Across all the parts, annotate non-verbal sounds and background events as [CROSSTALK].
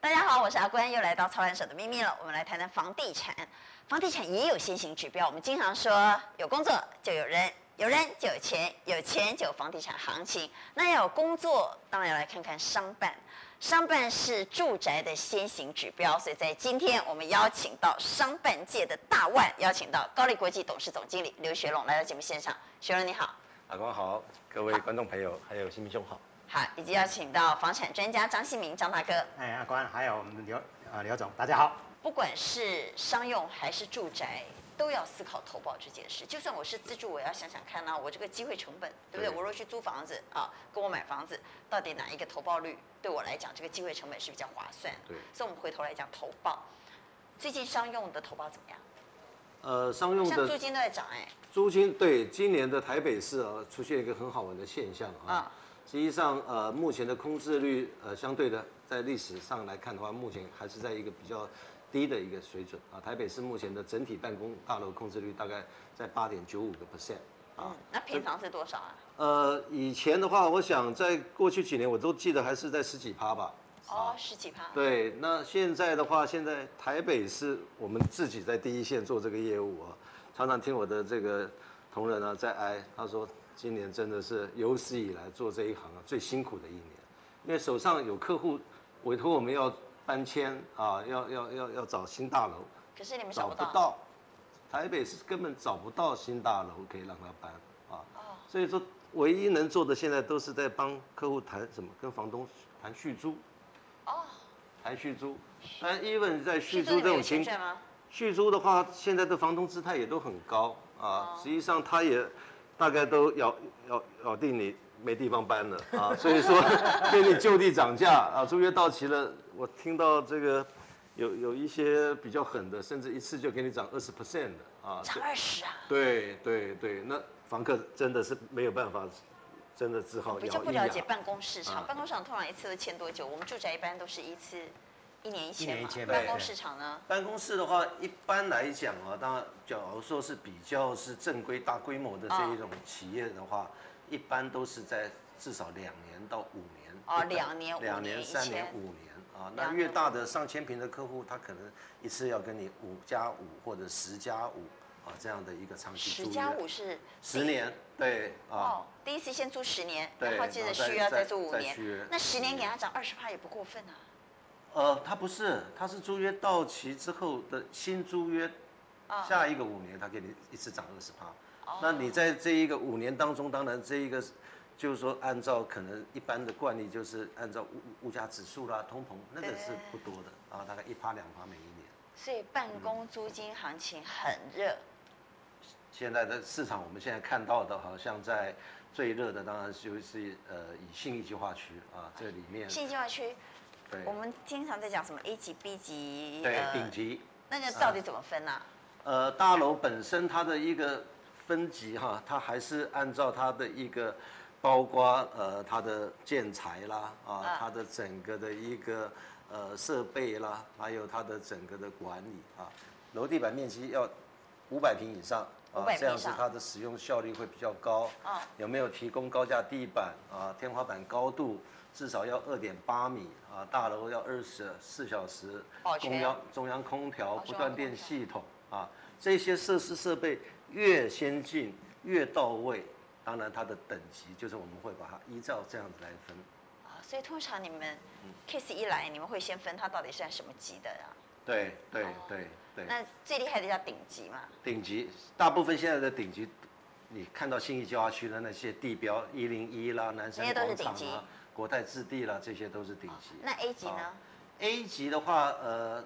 大家好，我是阿关，又来到操盘手的秘密了。我们来谈谈房地产，房地产也有先行指标。我们经常说，有工作就有人，有人就有钱，有钱就有房地产行情。那要有工作，当然要来看看商办。商办是住宅的先行指标，所以在今天我们邀请到商办界的大腕，邀请到高力国际董事总经理刘学龙来到节目现场。学龙你好。阿光好，啊各位观众朋友，还有新民兄好。好，以及要请到房产专家张信明张大哥。哎，阿关，还有我们的刘啊刘总，大家好。不管是商用还是住宅，都要思考投保这件事。就算我是自住，我也要想想看呢、我这个机会成本，对不对？对我若去租房子啊，跟我买房子，到底哪一个投报率对我来讲，这个机会成本是比较划算？对所以我们回头来讲投报，最近商用的投报怎么样？呃，商用像租的金都在涨哎、租金，对今年的台北市啊，出现一个很好玩的现象啊。啊实际上，呃，目前的空置率，呃，相对的，在历史上来看的话，目前还是在一个比较低的一个水准啊。台北市目前的整体办公大楼空置率大概在八点九五个 percent 啊嗯。，那平常是多少啊？呃，以前的话，我想在过去几年，我都记得还是在十几趴吧。哦，十几趴。啊对，那现在的话，现在台北市我们自己在第一线做这个业务啊，常常听我的这个同仁啊在哀，他说今年真的是有史以来做这一行啊最辛苦的一年，因为手上有客户委托我们要搬迁啊，要要要要找新大楼，可是你们找找不不到。到，台北市根本找不到新大楼可以让他搬啊，哦所以说唯一能做的现在都是在帮客户谈什么，跟房东谈续租。哦，谈续租，但 even 在是续租真这的有种签情，证吗？续租的话，现在的房东姿态也都很高啊，哦实际上他也大概都咬咬咬定你没地方搬了啊，所以说 [LAUGHS] 给你就地涨价啊，租约到期了，我听到这个有有一些比较狠的，甚至一次就给你涨二十 percent 的 [LAUGHS] 啊，涨二十啊！对对对，那房客真的是没有办法，真的只好比较咬不一了咬。解办公市场，啊办公市场通常一次都签多久？我们住宅一般都是一次一年一签一年嘛一，签办对公市场呢？办公室的话，一般来讲啊，当然，假如说是比较是正规大规模的这一种企业的啊话，一般都是在至少两年到五年。哦两年五 [LAUGHS] 两年年、一三年千、五年啊。两那年越大的上千平的客户，他可能一次要跟你五加五或者十加五啊这样的一个长期租十约。加五是十年，对啊哦，，第一次先租十年，对然后接着然后再续要再再租五再年续约，那十年给他涨二十趴也不过分啊。呃，他不是，他是租约到期之后的新租约，啊下一个五年他给你一次涨二十趴。哦那你在这一个五年当中，当然这一个就是说按照可能一般的惯例，就是按照物物价指数啦、通膨那个是不多的啊，大概一趴两趴每一年。所以办公租金行情很热，现在的市场，我们现在看到的，好像在最热的当然就是呃以信义计划区啊，这里面新计划区对我们经常在讲什么 A 级、B 级，对呃顶级。那个到底怎么分啊？呃，大楼本身它的一个分级哈，它还是按照它的一个，包括呃它的建材啦啊啊，它的整个的一个呃设备啦，还有它的整个的管理啊，楼地板面积要五百平以上500啊平以，这样子上它的使用效率会比较高。啊有没有提供高架地板啊？天花板高度至少要二点八米啊，大楼要二十四小时保，全中央中央空调哦不中央断空电调系统啊，这些设施设备越先进越到位，当然它的等级就是我们会把它依照这样子来分。啊，所以通常你们嗯 case 一来，你们会先分它到底算什么级的啊？对对对那最厉害的叫顶级嘛，顶级，大部分现在的顶级，你看到信义计划区的那些地标一零一啦、南那山些都是广顶场级哦啊、国泰置地啦，这些都是顶级。那 A 级呢啊？A 级的话，呃，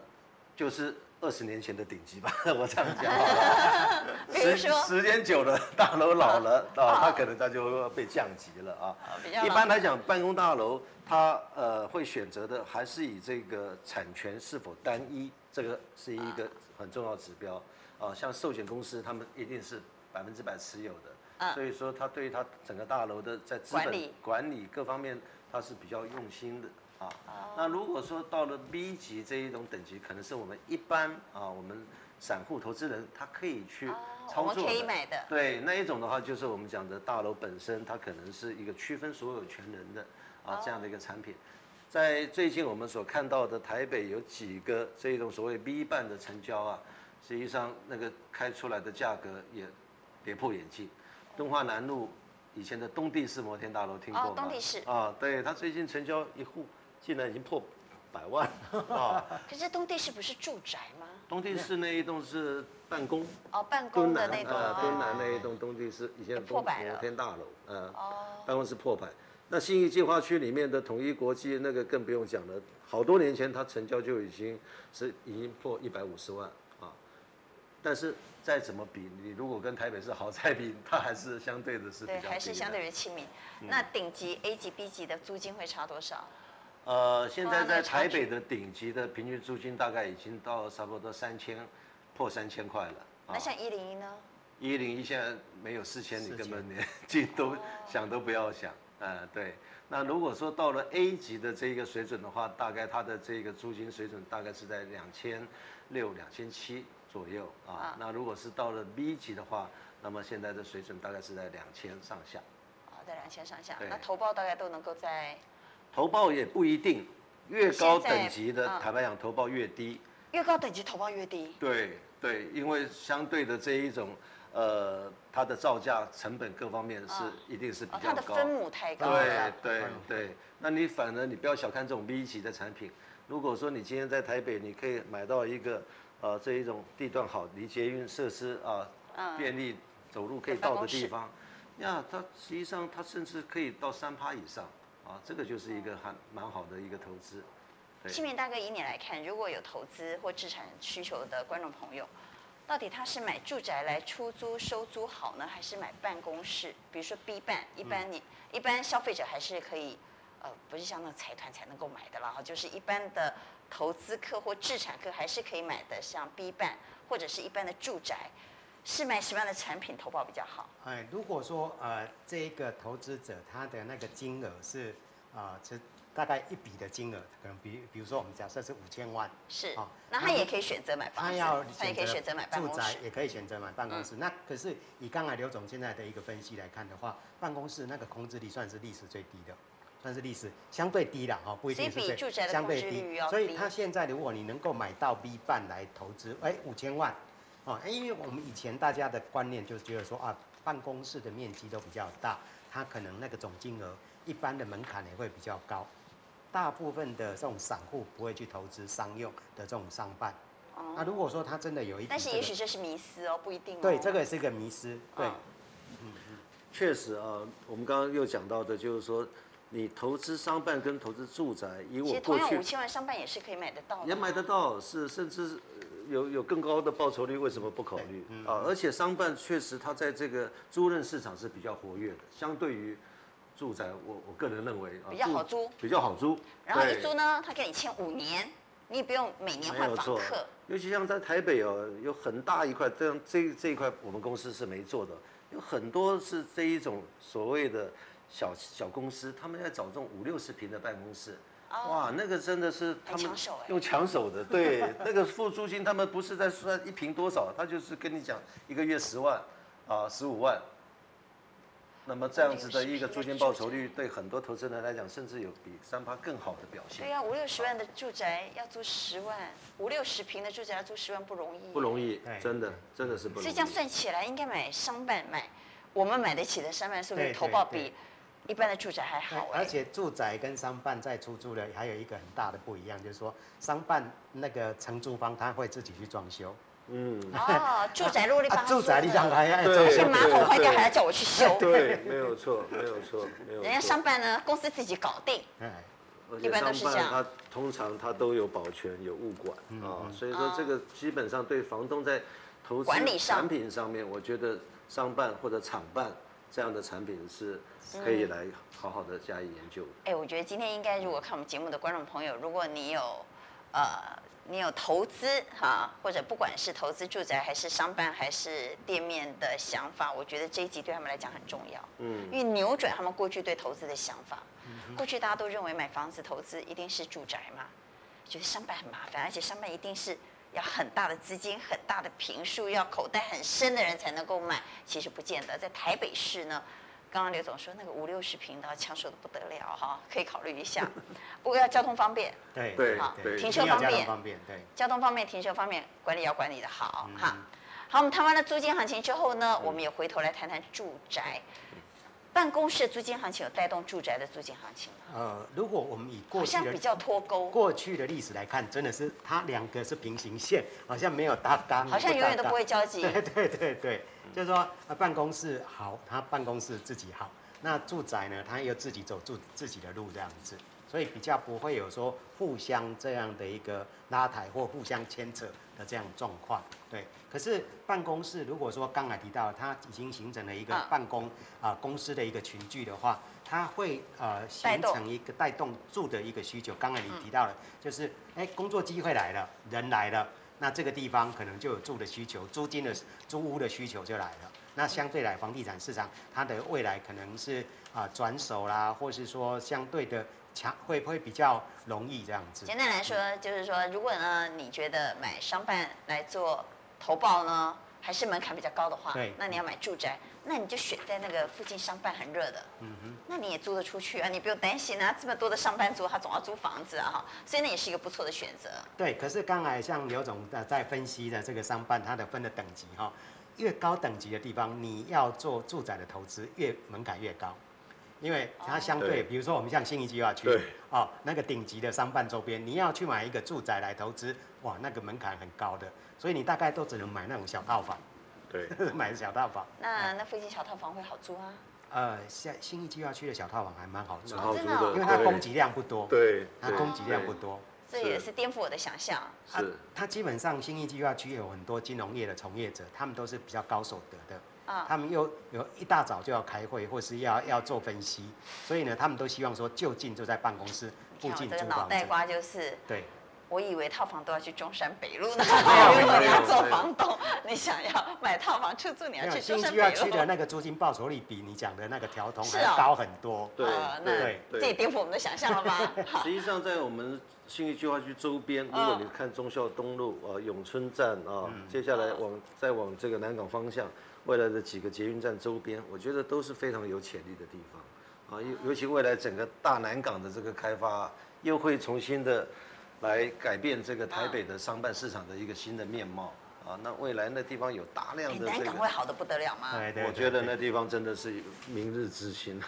就是二十年前的顶级吧， [LAUGHS] 我这样 [LAUGHS] 讲好了。比如时说时间久了，大楼老了，啊啊，它可能它就被降级了啊啊比较。老一般来讲，办公大楼它呃会选择的还是以这个产权是否单一，这个是一啊个很重要指标啊。像寿险公司，他们一定是百分之百持有啊的，所以说它对它整个大楼的在资管本理管理各方面，它是比较用心的啊。哦那如果说到了 B 级这一种等级，可能是我们一般啊，我们散户投资人他可以去哦操我作们可以买的对，那一种的话，就是我们讲的大楼本身，它可能是一个区分所有权人的啊这样的一个产品。在最近我们所看到的台北有几个这种所谓 B 办的成交啊，实际上那个开出来的价格也跌破眼镜。东华南路以前的东地市摩天大楼听过吗？哦东地市啊，对，它最近成交一户竟然已经破百万哦啊！可是东地市不是住宅吗？东地市那一栋是办公，哦，办公的南那栋啊，敦南哦那一栋东地市以前的破东百了哦摩天大楼，嗯，办公室破百。那新义计划区里面的统一国际那个更不用讲了，好多年前它成交就已经是已经破一百五十万啊，但是再怎么比，你如果跟台北市豪宅比，它还是相对的是比较对，还低是的嗯相对于亲民。那顶级 A 级、B 级的租金会差多少？呃，现哇在那在差台距北的顶级的平均租金大概已经到差不多三千，破三千块了。啊那像一零一呢？一零一现在没有四千，你根本连 [LAUGHS] 进哦都想都不要想。呃，对。那如果说到了 A 级的这一个水准的话，大概它的这个租金水准大概是在两千六、两千七左右啊。那如果是到了 B 级的话，那么现在的水准大概是在两千上下。啊，在两千上下。对那投报大概都能够在投报也不一定，越高现在等级的嗯，坦白讲，投报越低。越高等级投报越低。对对，因为相对的这一种，呃，它的造价成本各方面是、一定是比哦，较它的高。分母太高对了。对对，那你反而你不要小看这种 B 级的产品。如果说你今天在台北，你可以买到一个呃这一种地段好、离捷运设施啊、嗯便利走路可以有办到的公室地方，呀，它实际上它甚至可以到三趴以上啊，这个就是一个还蛮好的一个投资。对清明大哥，以你来看，如果有投资或资产需求的观众朋友，到底他是买住宅来出租、收租好呢，还是买办公室？比如说 B 办，一般嗯你、一般消费者还是可以，呃，不是像那个财团才能够买的啦，哈就是一般的投资客或资产客还是可以买的，像 B 办或者是一般的住宅，是买什么样的产品投保比较好？哎，如果说呃，这一个投资者他的那个金额是啊，这、大概一笔的金额，可能比比如说我们假设是五千万，是哦，那他也可以选择买房他子要，他也可以选择买办住公室嗯宅，。也可以选择买办公室。那可是以刚才刘总现在的一个分析来看的话，办公室那个空置率算是历史最低的，算是历史相对低了哈，不一定所是以比最住宅的相对空置率要哦低。所低以他现在如果你能够买到 B 办来投资，哎，五千万，哦，哎因为我们以前大家的观念就觉得说啊，办公室的面积都比较大，它可能那个总金额一般的门槛也会比较高。大部分的这种散户不会去投资商用的这种商办。那、如果说他真的有一笔哦这个，但是也许这是迷思哦，不一定哦。对这个也是一个迷失，对，嗯确实啊，我们刚刚又讲到的，就是说，你投资商办跟投资住宅，以其我实同过样去五千万商办也是可以买得到的，也买得到，是甚至是呃有有更高的报酬率，为什么不考虑嗯啊？而且商办确实它在这个租赁市场是比较活跃的，相对于住宅，我我个人认为啊，比较好租比较好租，然后对一租呢，他给你签五年，你也不用每年没换有房错客。，尤其像在台北哦，有很大一块，这样这这一块我们公司是没做的，有很多是这一种所谓的小小公司，他们在找这种五六十平的办公室。哇，那个真的是他们哦抢手哎用抢手的，对，那个付租金，他们不是在算一平多少，他就是跟你讲一个月十万，啊，十五万。那么这样子的一个租金报酬率，对很多投资人来讲，甚至有比三趴更好的表现对。呀、五六十万的住宅要租十万，五六十平的住宅要租十万不容易，不容易对，真的真的是不容易。所以这样算起来，应该买商办买，我们买得起的商办，是不是对投对报对比一般的住宅还好对哎、而且住宅跟商办在出租的还有一个很大的不一样，就是说商办那个承租方他会自己去装修，哦，住宅如果你把啊它，住宅租你了想还要对装而且修，马桶坏掉还要叫我去修，对，没有错，没有错，没有错。人家商办呢，公司自己搞定。哎，而一且般都商是这办样它通常它都有保全有物管嗯啊，所以说这个基本上对房东在投哦资管理上产品上面，我觉得商办或者厂办这样的产品是嗯可以来好好的加以研究的。哎，我觉得今天应该，如果看我们节目的观众朋友，如果你有，呃，你有投资哈、或者不管是投资住宅还是商办还是店面的想法，我觉得这一集对他们来讲很重要。嗯，因为扭转他们过去对投资的想法。过去大家都认为买房子投资一定是住宅嘛，觉得商办很麻烦，而且商办一定是要很大的资金、很大的平数，要口袋很深的人才能够买。其实不见得，在台北市呢，刚刚刘总说那个五六十平的抢手的不得了哈，可以考虑一下。 [LAUGHS] 不过要交通方便，对对好对停一车定要方交通便，方便，对。交通方面、停车方面管理要管理的好、嗯哈。好，我们谈完了租金行情之后呢，我们也回头来谈谈住宅。办公室租金行情有带动住宅的租金行情吗，呃，如果我们以好过去像比的较脱钩，过去的历史来看，真的是它两个是平行线，好像没有搭嘎，好像永远都搭不嘎会交集。对 [LAUGHS] 对对对，就是说呃办公室好，他办公室自己好，那住宅呢，他又自己走住自己的路这样子，所以比较不会有说互相这样的一个拉抬或互相牵扯的这样状况。对，可是办公室如果说刚才提到，它已经形成了一个嗯办公啊、呃公司的一个群聚的话，它会呃带形动成一个带动住的一个需求。刚才你提到了，就是哎工作机会来了，人来了。那这个地方可能就有住的需求，租金的租屋的需求就来了。那相对来，房地产市场它的未来可能是啊、呃转手啦，或是说相对的强会会比较容易这样子。简单来说，就是说，如果呢你觉得买商办来做投报呢，还是门槛比较高的话对，那你要买住宅，那你就选在那个附近商办很热的，嗯哼，那你也租得出去啊，你不用担心啊，这么多的上班族他总要租房子啊哈，所以那也是一个不错的选择。对，可是刚才像刘总呃在分析的这个商办，它的分的等级哈、越高等级的地方，你要做住宅的投资，越门槛越高，因为它相对，对比如说我们像新义计划区对，哦，那个顶级的商办周边，你要去买一个住宅来投资，哇，那个门槛很高的，所以你大概都只能买那种小套房，对， [LAUGHS] 买小套房。那那附近小套房会好租啊？呃，像新义计划区的小套房还蛮好住很，好租真的哦的，嗯因为它嗯对供给量不多，对，它对供给量对不多。这也是颠覆我的想象。啊是，它基本上新义计划区有很多金融业的从业者，他们都是比较高所得的，啊他们又有一大早就要开会，或是要要做分析，所以呢，他们都希望说就近就在办公室你看附近我这租个脑房子袋。瓜就是，对，我以为套房都要去中山北路呢。有 [LAUGHS] 如果你没有要做没有房东，你想要买套房出租，你要没有去新中义山计划北区的路。那个租金报酬率比你讲的那个条通是还哦高很多。对啊对那这也颠覆我们的想象 [LAUGHS] 了吧？ [LAUGHS] 实际上，在我们新义计划区周边，如果你看忠孝东路啊、呃永春站啊，接下来往再往这个南港方向，未来的几个捷运站周边，我觉得都是非常有潜力的地方啊。尤尤其未来整个大南港的这个开发、啊，又会重新的来改变这个台北的商办市场的一个新的面貌啊。那未来那地方有大量哎的 [LAUGHS] 南这港会个。好的不得了吗？哎对对对我觉得对那地方真的是明日之星，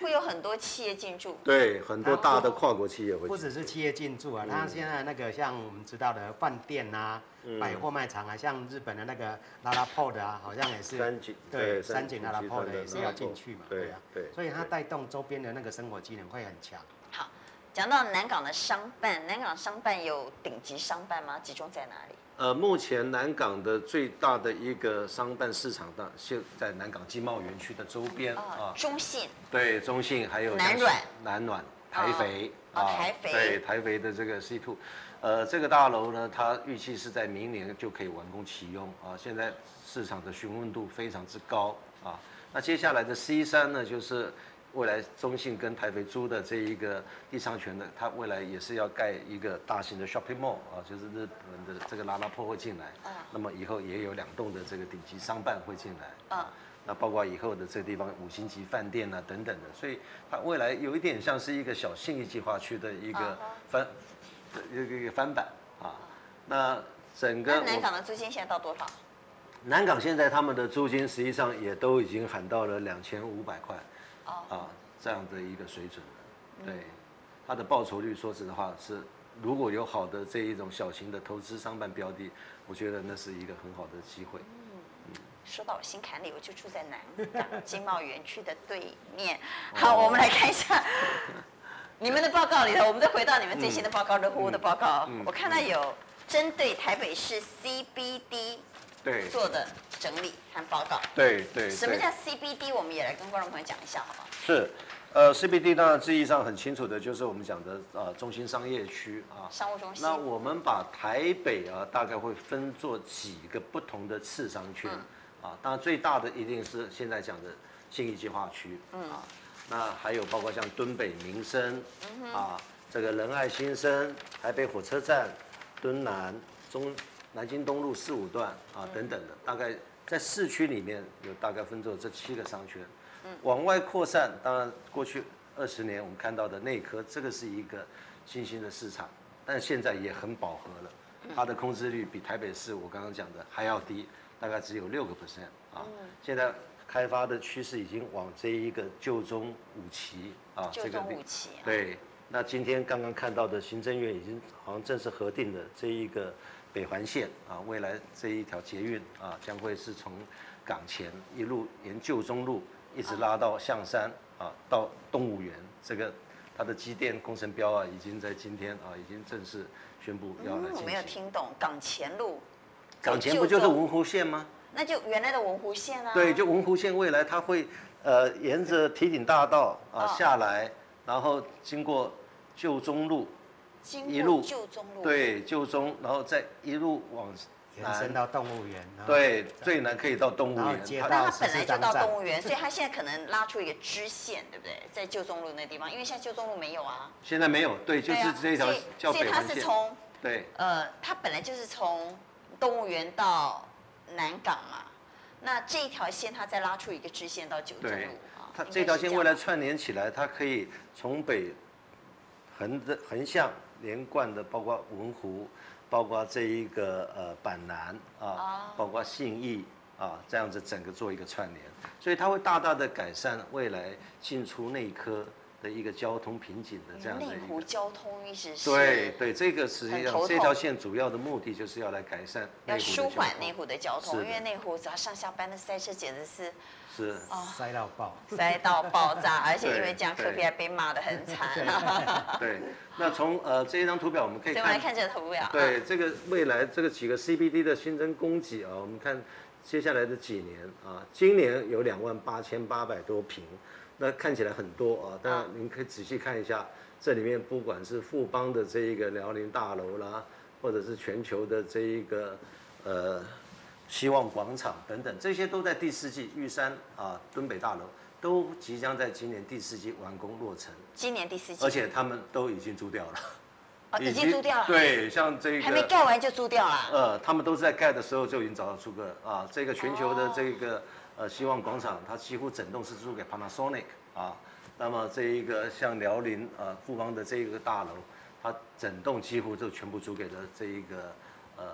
会有很多企业进驻。对很多大的跨国企业会不进只是企业进驻啊，它嗯现在那个像我们知道的饭店啊、百货卖场啊，像日本的那个拉拉 pod 啊，好像也是三井对对三井拉拉三井 pod 集团的也是要进去嘛，对对啊，对所以它对带动周边的那个生活机能会很强。好，讲到南港的商办，南港商办有顶级商办吗？集中在哪里？呃，目前南港的最大的一个商办市场的现在南港经贸园区的周边啊啊，，中信对中信还有南软、南软、台肥啊哦台肥对台肥的这个 C two，呃，这个大楼呢，它预期是在明年就可以完工启用啊。现在市场的询问度非常之高啊。那接下来的 C 三呢，就是未来中信跟台肥租的这一个地上权的，它未来也是要盖一个大型的 shopping mall 啊，就是日本的这个拉拉破会进来，嗯那么以后也有两栋的这个顶级商办会进来啊啊。那包括以后的这个地方五星级饭店啊等等的，所以它未来有一点像是一个小信义计划区的一啊个翻，呃一个一个翻版啊。那整个那我南港的租金现在到多少？南港现在他们的租金实际上也都已经喊到了两千五百块哦，嗯啊这样的一个水准了。对，它的报酬率说实话是，如果有好的这一种小型的投资商办标的，我觉得那是一个很好的机会。嗯说到我心坎里，我就住在南港经贸园区的对面。好，哦我们来看一下你们的报告里头，我们再回到你们最新的报告，热乎乎的报告嗯，我看到有针对台北市 CBD 对做的整理和报告。对对，什么对叫 CBD？我们也来跟观众朋友讲一下，好不好？是，呃，CBD 当然字义上很清楚的，就是我们讲的呃中心商业区啊。商务中心那我们把台北啊，大概会分作几个不同的次商圈、啊，当然最大的一定是现在讲的信义计划区、啊，那还有包括像敦北民生、啊，这个仁爱新生、台北火车站、敦南、中南京东路四五段啊等等的，大概在市区里面有大概分作这七个商圈。往外扩散，当然过去二十年我们看到的内科，这个是一个新兴的市场，但现在也很饱和了。嗯它的空置率比台北市我刚刚讲的还要低，大概只有六个 percent 啊。嗯现在开发的趋势已经往这一个旧中五期啊，就这个中地武期啊，对，那今天刚刚看到的行政院已经好像正式核定了这一个北环线啊，未来这一条捷运啊，将会是从港前一路沿旧中路一啊直拉到象山啊，到动物园这个。它的机电工程标啊，已经在今天啊，已经正式宣布要来嗯，我进没有行。听懂港前路，港前不就是旧中文湖线吗？那就原来的文湖线啊，对，就文湖线未来它会呃沿着堤顶大道啊、哦下来，然后经过旧中路，经一过路旧中路，，对，旧中，然后再一路往延伸南，到动物园，啊然后对，最南可以到动物然后园。接它到那它本来就到14张站动物园，所以它现在可能拉出一个支线，对不对？在旧中路那地方，因为现在旧中路没有啊，现在没有，对，就对是啊，这条所以叫所以北它环是线。从对，呃，它本来就是从动物园到南港嘛，那这一条线它再拉出一个支线到九中对路啊，它应该这条是线样未来吧串联起来，它可以从北横的横向连贯的，包括文湖，包括这一个呃板南哦啊，包括信义啊，这样子整个做一个串联，所以它会大大的改善未来进出内科的一个交通瓶颈的这样的内一湖个。交通一直是对对，这个实很际上头这痛条线主要的目的就是要来改善要内湖的交舒缓内通，湖的交通，是的因为内湖只要上下班的塞车简直是是哦塞到爆。塞到爆炸，而且对因为这样对科比还被骂得很惨、对。那从呃这一张图表我们 [LAUGHS] 可啊所以以我们来看这个图表、啊。对，这个未来这个几个 CBD 的新增供给啊，我们看接下来的几年啊，今年有两万八千八百多平，那看起来很多啊，但嗯您可以仔细看一下，这里面不管是富邦的这一个辽宁大楼啦，或者是全球的这一个呃希望广场等等，这些都在第四季玉山啊、敦北大楼都即将在今年第四季完工落成，今年第四季，而且他们都已经租掉了。哦已经租掉了，，对，像这个还没盖完就租掉了。呃，他们都是在盖的时候就已经找到租客啊。这个全球的哦这个呃希望广场，它几乎整栋是租给 Panasonic 啊。那么这一个像辽宁呃富邦的这一个大楼，它整栋几乎就全部租给了这一个呃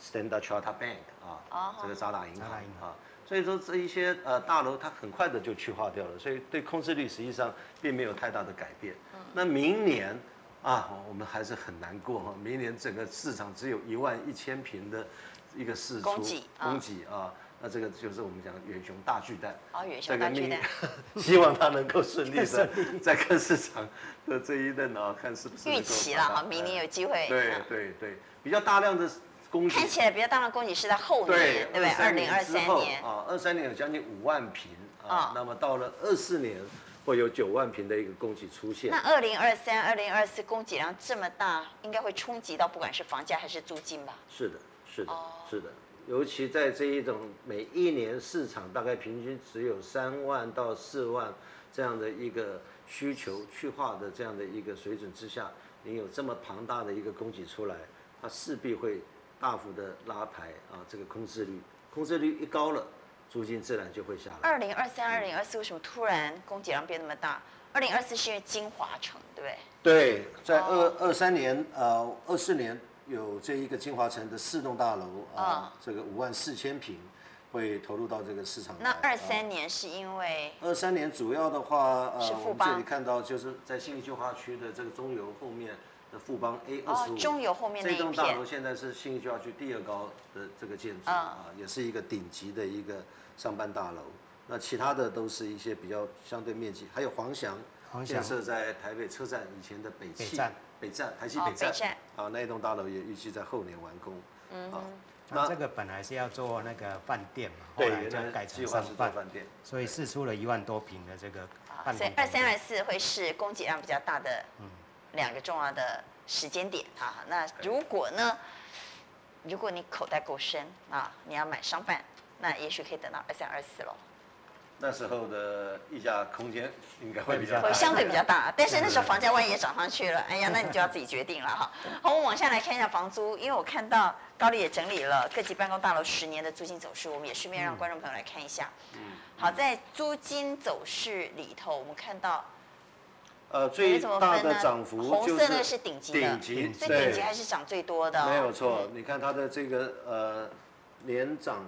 Standard Charter Bank 啊，哦这个渣打银行渣打银啊。所以说这一些呃大楼它很快的就去化掉了，所以对空置率实际上并没有太大的改变。嗯那明年啊，我们还是很难过哈，明年整个市场只有一万一千平的一个市出供给啊供给啊，那这个就是我们讲远雄大巨蛋。哦，远这雄个大巨命运蛋，， [LAUGHS] 希望它能够 [LAUGHS] 顺利的在各市场的这一任啊，看是不是能预够期把了它哈，明年有机会。对嗯对对，比较大量的供给看起来比较大的供给是在后对年，，对不对？二零二之三后年，啊，二三年有将近五万平啊啊，那么到了二四年会有九万平的一个供给出现那。二零二三、二零二四供给量这么大，应该会冲击到不管是房价还是租金吧？是的，是的哦，是的。尤其在这一种每一年市场大概平均只有三万到四万这样的一个需求去化的这样的一个水准之下，你有这么庞大的一个供给出来，它势必会大幅的拉抬啊这个空置率，空置率一高了，租金自然就会下来。二零二三、二零二四为什么突然供给量变那么大？二零二四是因为金华城，对不对？对，在二哦二三年呃二四年有这一个金华城的四栋大楼嗯啊，这个五万四千平会投入到这个市场来。那二啊三年是因为二三年主要的话，呃，是富我们邦这里看到就是在新义旧化区的这个中油后面的富邦 A 二哦十五，中油后面那一这片栋大楼现在是新义旧化区第二高的这个建筑、嗯啊，也是一个顶级的一个商办大楼。那其他的都是一些比较相对面积，还有黄翔，黄建翔设在台北车站以前的北汽北站，北站台汽哦北站，北站啊，那一栋大楼也预计在后年完工。嗯，啊，那这个本来是要做那个饭店嘛，后对，来原就来改计成划商是做办，饭店。所以试出了一万多平的这个啊，办所以公空二三二间。嗯四会是供给量比较大的两个重要的时间点啊。那如果呢，如 [LAUGHS] 果你口袋够深啊，你要买商办，那也许可以等到二三二四喽。那时候的溢价空间应该会比较会大会一点，相对比较大，但是那时候房价万一也涨上去了，哎呀，那你就要自己决定了哈。好，我们往下来看一下房租，因为我看到高丽也整理了各级办公大楼十年的租金走势，我们也顺便嗯让观众朋友来看一下。好，在租金走势里头，我们看到呃，你最们怎么大分的呢涨幅红就色那个是顶级的顶级，最对顶级还是涨最多的哦、没有错，你看它的这个呃年涨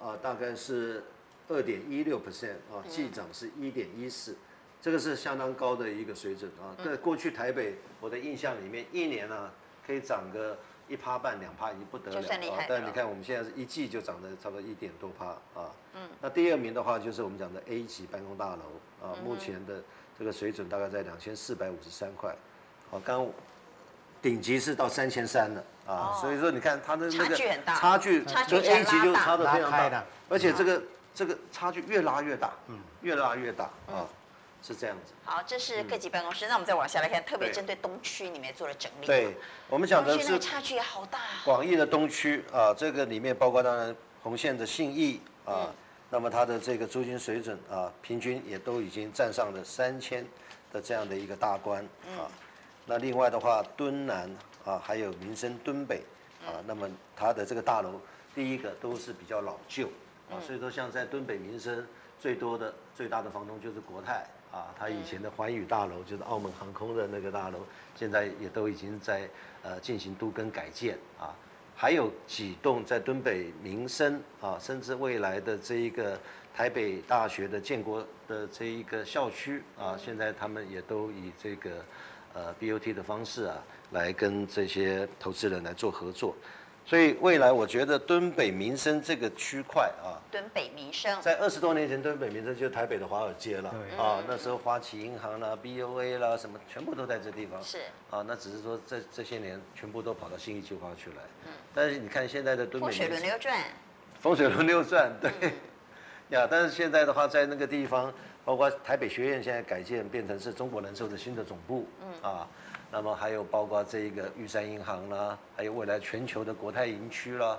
啊、呃大概是二点一六 percent 啊，嗯季涨是一点一四，这个是相当高的一个水准啊。嗯在过去台北我的印象里面，一年呢、可以涨个一趴半两趴已经不得了就算厉啊害。但了你看我们现在是一季就涨了差不多一点多趴啊。嗯。那第二名的话就是我们讲的 A 级办公大楼嗯啊，目前的这个水准大概在两千四百五十三块。好，哦刚刚顶级是到三千三了啊，所以说你看它的那哦差个距很大差距差距跟 A 拉级就大差的非常拉开大了，嗯而且这个这个差距越拉越大，嗯，越拉越大啊，是这样子。好，这是各级办公室。那我们再往下来看，特别嗯对针对东区，你们也做了整理。啊对，，我们讲东的区那是个差距也好大啊。广义的东区啊，这个里面包括当然红线的信义啊，嗯那么它的这个租金水准啊，平均也都已经站上了三千的这样的一个大关嗯啊。那另外的话，敦南啊，还有民生敦北啊，那么它的这个大楼，第一个都是比较老旧啊，所以说像在敦北民生最多的最大的房东就是国泰。啊，它以前的环宇大楼就是澳门航空的那个大楼，现在也都已经在呃进行都更改建啊。还有几栋在敦北民生啊，甚至未来的这一个台北大学的建国的这一个校区啊，现在他们也都以这个呃 BOT 的方式啊，来跟这些投资人来做合作。所以未来我觉得敦北民生这个区块啊，敦北民生，在二十多年前，敦北民生就是台北的华尔街了对啊，那时候花旗银行啦、BOA 啦，什么全部都在这地方。是啊，那只是说这这些年全部都跑到新义计划去来。但是你看现在的敦嗯风北民生，水轮流转，风水轮流转，对。嗯呀，但是现在的话，在那个地方，包括台北学院现在改建变成是中国人寿的新的总部，嗯啊，那么还有包括这个玉山银行啦，还有未来全球的国泰营区啦，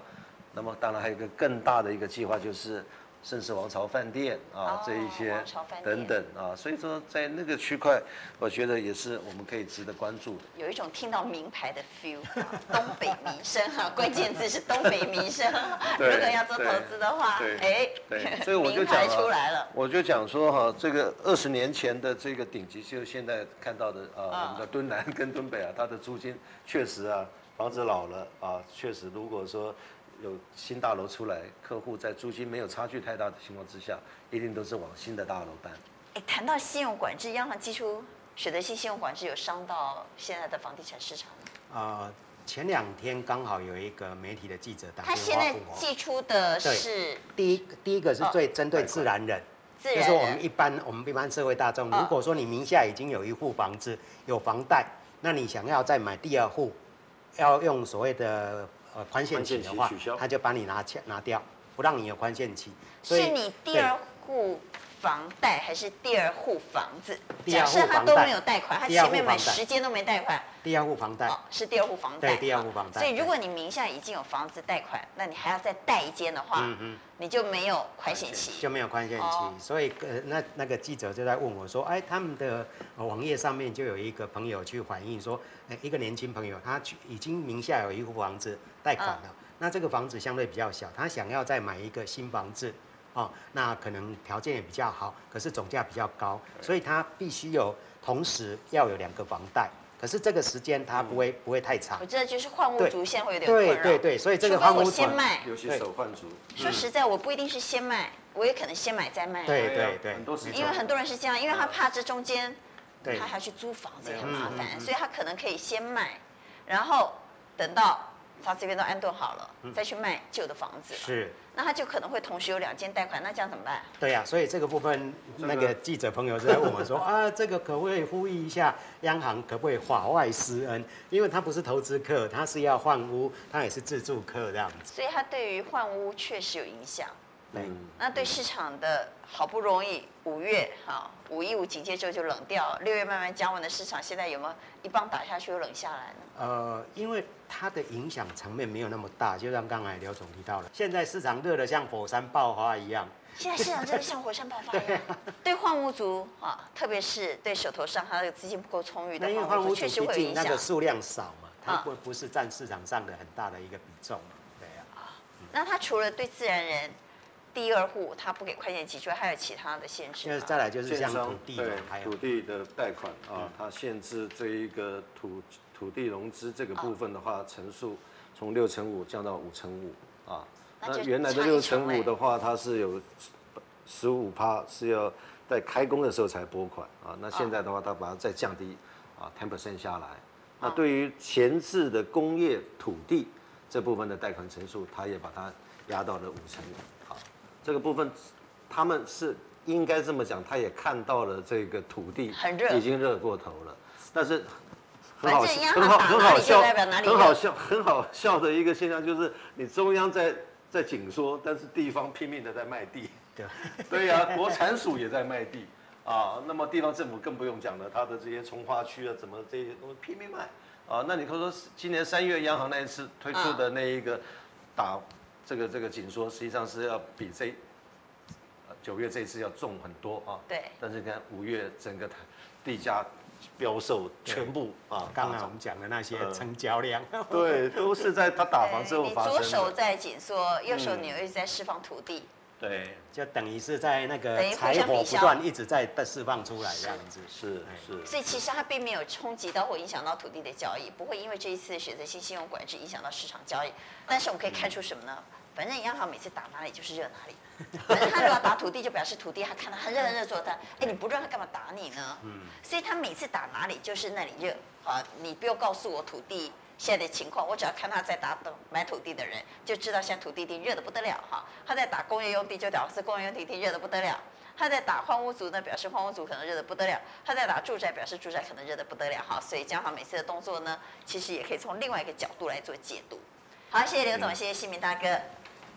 那么当然还有一个更大的一个计划就是盛世王朝饭店啊，哦这一些王朝饭店等等啊，所以说在那个区块，我觉得也是我们可以值得关注的。有一种听到名牌的 feel 啊。东北民生哈，关键字是东北民生。啊 [LAUGHS] 如 [LAUGHS] 对果要做投资的话对，哎， [LAUGHS] 对，所以我就名讲牌啊出来了。我就讲说哈、这个二十年前的这个顶级，就是现在看到的啊、啊我们的敦南跟敦北啊，它的租金确实啊，房子老了啊，确实如果说有新大楼出来，客户在租金没有差距太大的情况之下，一定都是往新的大楼搬。哎，谈到信用管制，央行基础选择性信用管制有伤到现在的房地产市场吗？呃，前两天刚好有一个媒体的记者打它电现话在问我，寄出的对是第一第一个是哦最针对自然人。自就然是我们人一般我们一般社会大众，嗯如果说你名下已经有一户房子有房贷，那你想要再买第二户，要用所谓的呃宽限期的话宽限期取消，他就把你拿钱拿掉，不让你有宽限期。所以是你第二户房贷还是第二户房子？第假二户设他房都贷没有贷款，他第二前面户买房贷十间都没贷款，对第二户房贷哦，是第二户房贷。对第二户房贷所以如果你名下已经有房子贷款，那你还要再贷一间的话，嗯你就没有宽限期就。没有宽限期，哦所以呃那那个记者就在问我说，哎，他们的呃网页上面就有一个朋友去反映说，哎，一个年轻朋友他去已经名下有一户房子贷款了，嗯那这个房子相对比较小，他想要再买一个新房子。哦，那可能条件也比较好，可是总价比较高，所以他必须有同时要有两个房贷，可是这个时间他不会、不会太长我，这就是换屋对族现在嗯会有点困对扰。对对，所以这个除非房屋我先卖，尤对换族，说实在，我不一定是先卖，我也可能先买再卖。嗯对嗯对对很多时因为很多人是这样，因为他怕这中间对嗯他还要去租房子也很麻烦，所以他可能可以先卖，然后等到他这边都安顿好了，再去卖旧的房子。，嗯是。那他就可能会同时有两间贷款，那这样怎么办？对呀、所以这个部分，这那个个记者朋友就在问 [LAUGHS] 我说啊，这个可不可以呼吁一下央行，可不可以法外施恩？因为他不是投资客，他是要换屋，他也是自住客这样子。所以他对于换屋确实有影响。嗯对，那嗯对市场的好不容易五月哈五一五警戒之后就冷掉了，六月慢慢降温的市场，现在有没有一棒打下去又冷下来呢？呃，因为它的影响层面没有那么大，就像刚才刘总提到了，现在市场热得像火山爆发一样，现在市场真的像火山爆发一 [LAUGHS] 样，对换屋族啊，特别是对手头上他的资金不够充裕的那因为换换屋族，屋主确实毕会有竟影那响个。数量少嘛，它啊不不是占市场上的很大的一个比重嘛，对呀、啊。那他除了对自然人第二户他不给会计及出，还有其他的限制现在吗？再来就是建像商土地嘛对，还有嗯土地的贷款啊，它限制这一个土土地融资这个啊部分的话，层数从六乘五降到五乘五啊。那就那原来的差一六乘重欸五的话，它是有十五趴是要在开工的时候才拨款啊。那现在的话，嗯它把它再降低啊，ten percent 下来。那对于闲置的工业土地这部分的贷款层数，它也把它压到了五成啊。这个部分他们是应该这么讲，他也看到了这个土地很热已经热过头了，但是很反好正央很行好打很哪好里笑就代表哪里很好热笑很好笑的一个现象就是，你中央在在紧缩，但是地方拼命的在卖地， [LAUGHS] 对 [LAUGHS] 对呀、国产署也在卖地啊，那么地方政府更不用讲了，它的这些从化区啊，怎么这些东西拼命卖啊。那你看说今年三月央行那一次推出的嗯那一个打这个这个紧缩，实际上是要比这呃九月这一次要重很多啊。对但是你看五月整个地价标售全部啊，刚大才我涨们讲的那些呃成交量， [LAUGHS] 对，都是在他打房之后你发左生手的。嗯在紧缩，右手你又一直在释放土地，对，就等于是在那个等于互柴相火抵不消断一直在释放出来这样子。是哎是。所以其实它并没有冲击到或影响到土地的交易，不会因为这一次的选择性信用管制影响到市场交易。但是我们可以看出什么呢？反正央行每次打哪里就是热哪里，反 [LAUGHS] 正他如果打土地，就表示土地他看到他热热热做的，哎，你不热他干嘛打你呢？所以他每次打哪里就是那里热啊！你不要告诉我土地现在的情况，我只要看他在打买土地的人，就知道现在土地地热的不得了哈。他在打工业用地，就表示工业用地地热的不得了。他在打换屋族呢，表示换屋族可能热得不得了；他在打住宅，表示住宅可能热得不得了哈。所以江行每次的动作呢，其实也可以从另外一个角度来做解读。好，谢谢刘总，谢谢新民大哥，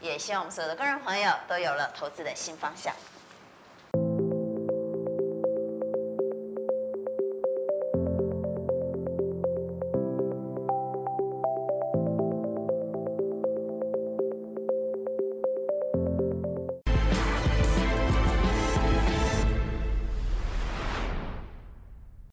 也希望我们所有的观众朋友都有了投资的新方向。